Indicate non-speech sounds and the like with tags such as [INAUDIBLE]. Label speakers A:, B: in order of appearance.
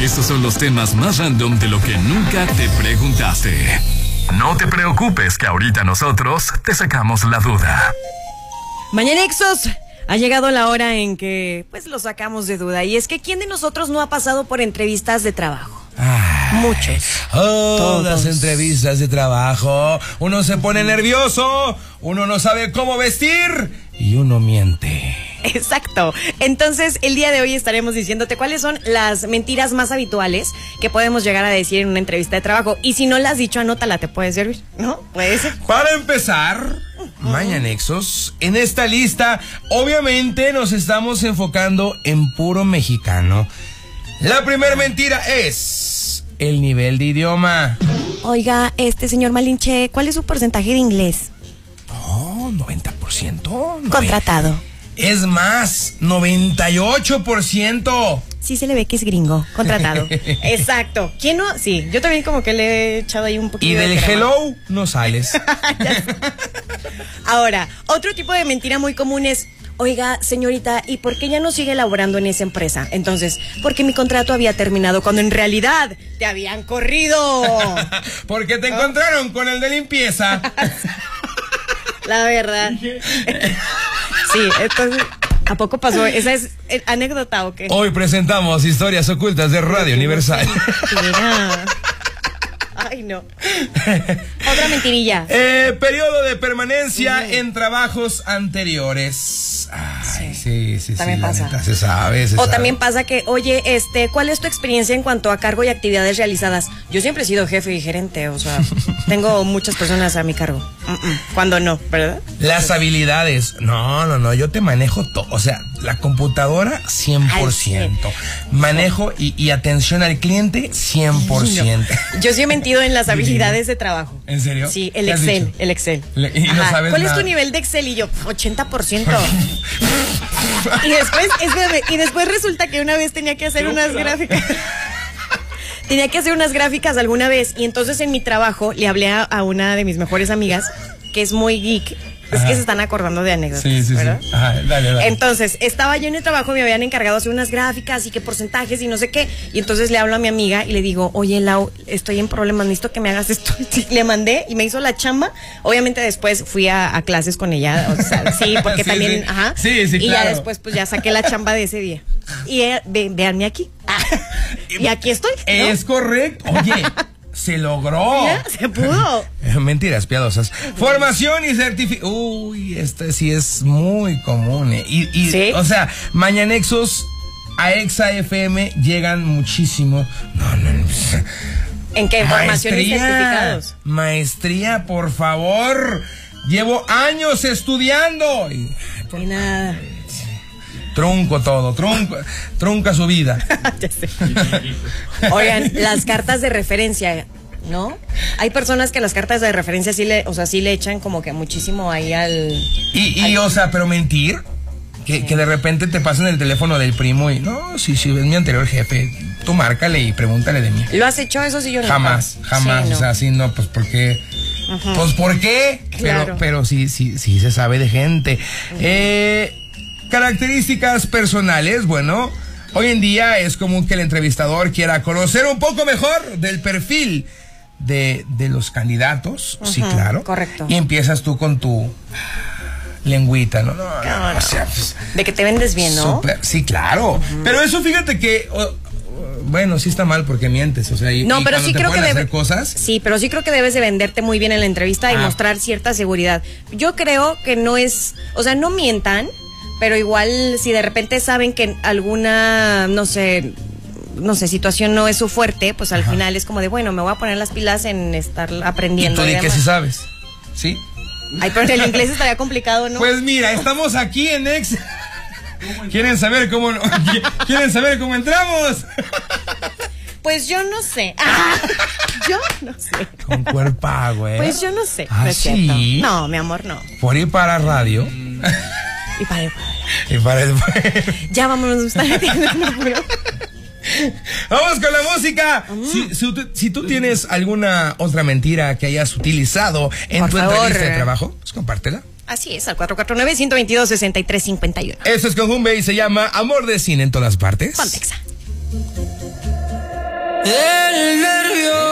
A: Estos son los temas más random de lo que nunca te preguntaste. No te preocupes que ahorita nosotros te sacamos la duda.
B: Mañanexos, ha llegado la hora en que pues lo sacamos de duda. Y es que ¿quién de nosotros no ha pasado por entrevistas de trabajo? Muchos. [LAUGHS]
C: Oh, las entrevistas de trabajo. Uno se pone nervioso, uno no sabe cómo vestir y uno miente.
B: Exacto. Entonces, el día de hoy estaremos diciéndote cuáles son las mentiras más habituales que podemos llegar a decir en una entrevista de trabajo. Y si no las has dicho, anótala, te puede servir, ¿no? Puede ser.
C: Para empezar, Mañanexos, en esta lista, obviamente nos estamos enfocando en puro mexicano. La primera mentira es el nivel de idioma.
B: Oiga, este señor Malinche, ¿cuál es su porcentaje de inglés?
C: Oh, 90%. no-
B: Contratado.
C: Es más, 98%.
B: Sí se le ve que es gringo.
C: [LAUGHS]
B: Contratado. Exacto. ¿Quién no? Sí, yo también como que le he echado ahí un poquito
C: Y
B: de
C: del
B: crema.
C: hello no sales.
B: Ahora, otro tipo de mentira muy común es, oiga, señorita, ¿y por qué ya no sigue laborando en esa empresa? Entonces, porque mi contrato había terminado cuando en realidad te habían corrido.
C: [LAUGHS] Porque te encontraron con el de limpieza. [LAUGHS]
B: La verdad. Sí, entonces, ¿a poco pasó? ¿Esa es eh, anécdota o qué?
C: Hoy presentamos historias ocultas de Radio Universal. [LAUGHS]
B: Mira. Ay, no. Otra mentirilla.
C: Eh, periodo de permanencia en trabajos anteriores. Ay, sí, sí, sí.
B: También
C: la
B: pasa.
C: neta, se sabe, se
B: O
C: sabe.
B: también pasa que, oye, este, ¿cuál es tu experiencia en cuanto a cargo y actividades realizadas? Yo siempre he sido jefe y gerente, o
C: [LAUGHS]
B: sea, tengo muchas personas a mi cargo. Mm, mm, Cuando no, ¿verdad?
C: Las habilidades. No, no, no. Yo te manejo todo. O sea, la computadora 100%. Manejo y, y atención al cliente 100%.
B: Yo sí he mentido en las habilidades de trabajo.
C: ¿En serio?
B: Sí, el
C: ¿Qué has
B: Excel,
C: dicho?
B: el Excel.
C: Le- y no
B: Ajá.
C: sabes
B: ¿Cuál
C: nada.
B: es tu nivel de Excel? Y yo, 80%.
C: [LAUGHS]
B: y después, espérame, y después resulta que una vez tenía que hacer unas gráficas. [LAUGHS] tenía que hacer unas gráficas alguna vez. Y entonces en mi trabajo le hablé a, a una de mis mejores amigas, que es muy geek. Es
C: Ajá.
B: que se están acordando de anécdotas.
C: Sí, sí, sí.
B: ¿verdad?
C: Ajá, dale, dale.
B: Entonces, estaba yo en el trabajo, me habían encargado hacer unas gráficas y qué porcentajes y no sé qué. Y entonces le hablo a mi amiga y le digo, oye, Lau, estoy en problemas, necesito que me hagas esto. [LAUGHS] Sí, le mandé y me hizo la chamba. Obviamente después fui a, a clases con ella, o
C: [LAUGHS]
B: sea, sí, porque
C: Sí,
B: también,
C: sí.
B: ajá.
C: Sí, sí,
B: Y
C: claro.
B: ya después, pues ya saqué la chamba de ese día. Y eh, ve- véanme
C: [LAUGHS]
B: aquí. Ah, y aquí estoy. ¿no?
C: Es correcto. Oye, se logró.
B: Mira, Se
C: [LAUGHS]
B: pudo.
C: Eh, Mentiras piadosas. Formación y certificación. Uy, este sí es muy común. eh. Y, y,
B: ¿Sí?
C: O sea, Mañanexos a Exa FM llegan muchísimo. No, no, no.
B: ¿En qué? Formación y certificados.
C: Maestría, por favor. Llevo años estudiando. Y-
B: Y nada.
C: Trunco todo, trunco, trunca su vida.
B: [LAUGHS] Ya sé. [LAUGHS] Oigan, las cartas de referencia, ¿no? Hay personas que las cartas de referencia sí le, o sea, sí le echan como que muchísimo ahí al.
C: Y, y o sea, pero mentir. Que, que de repente te pasen el teléfono del primo y no, sí, sí, es mi anterior jefe. Tú márcale y pregúntale de mí.
B: ¿Lo has hecho eso sí yo no?
C: Jamás, jamás.
B: Sí, no.
C: O sea, sí, no, pues porque. Pues ¿por qué?
B: Claro.
C: Pero, pero sí, sí, sí se sabe de gente. Eh, características personales, bueno. Hoy en día es común que el entrevistador quiera conocer un poco mejor del perfil de, de los candidatos. Sí,
B: Ujú,
C: claro.
B: correcto.
C: Y empiezas tú con tu lengüita, ¿no? No, no,
B: No,
C: o
B: no.
C: sea, pues,
B: De que te vendes bien, ¿no?
C: Súper, sí, claro. Pero eso fíjate que o- o- bueno, sí está mal porque mientes, o sea, y,
B: No,
C: y
B: pero
C: cuando
B: sí
C: te
B: creo que
C: ponen a hacer
B: debe-
C: cosas.
B: Sí, pero sí creo que debes de venderte muy bien en la entrevista y
C: Ah.
B: mostrar cierta seguridad. Yo creo que no es, o sea, no mientan, pero igual si de repente saben que alguna, no sé, no sé, situación no es su fuerte, pues al final es como de, bueno, me voy a poner las pilas en estar
C: Y tú
B: aprendiendo. y
C: di que
B: demás.
C: sí sabes. ¿Sí?
B: Ay, pero el inglés estaría complicado, ¿no?
C: Pues mira, estamos aquí en Ex. ¿Quieren saber cómo no- [LAUGHS] quieren saber cómo entramos?
B: Pues yo no
C: [LAUGHS]
B: sé. [LAUGHS] Ah, yo no sé.
C: Con cuerpa, güey.
B: Pues yo no sé.
C: ¿Eh? Ah,
B: no, es
C: ¿sí?
B: cierto. no, mi amor, no.
C: Por ir para radio
B: Y para,
C: y para el [LAUGHS]
B: ya vámonos, me está metiendo en un [LAUGHS] apuro.
C: Vamos con la música. Si, si tú- si tú tienes alguna otra mentira que hayas utilizado en
B: Por
C: tu
B: favor.
C: entrevista de trabajo, pues compártela.
B: Así es, al 449-122-6351.
C: Esto es Conjumbe y se llama Amor de Cine en todas partes.
B: Pontexa.
D: ¡Eh!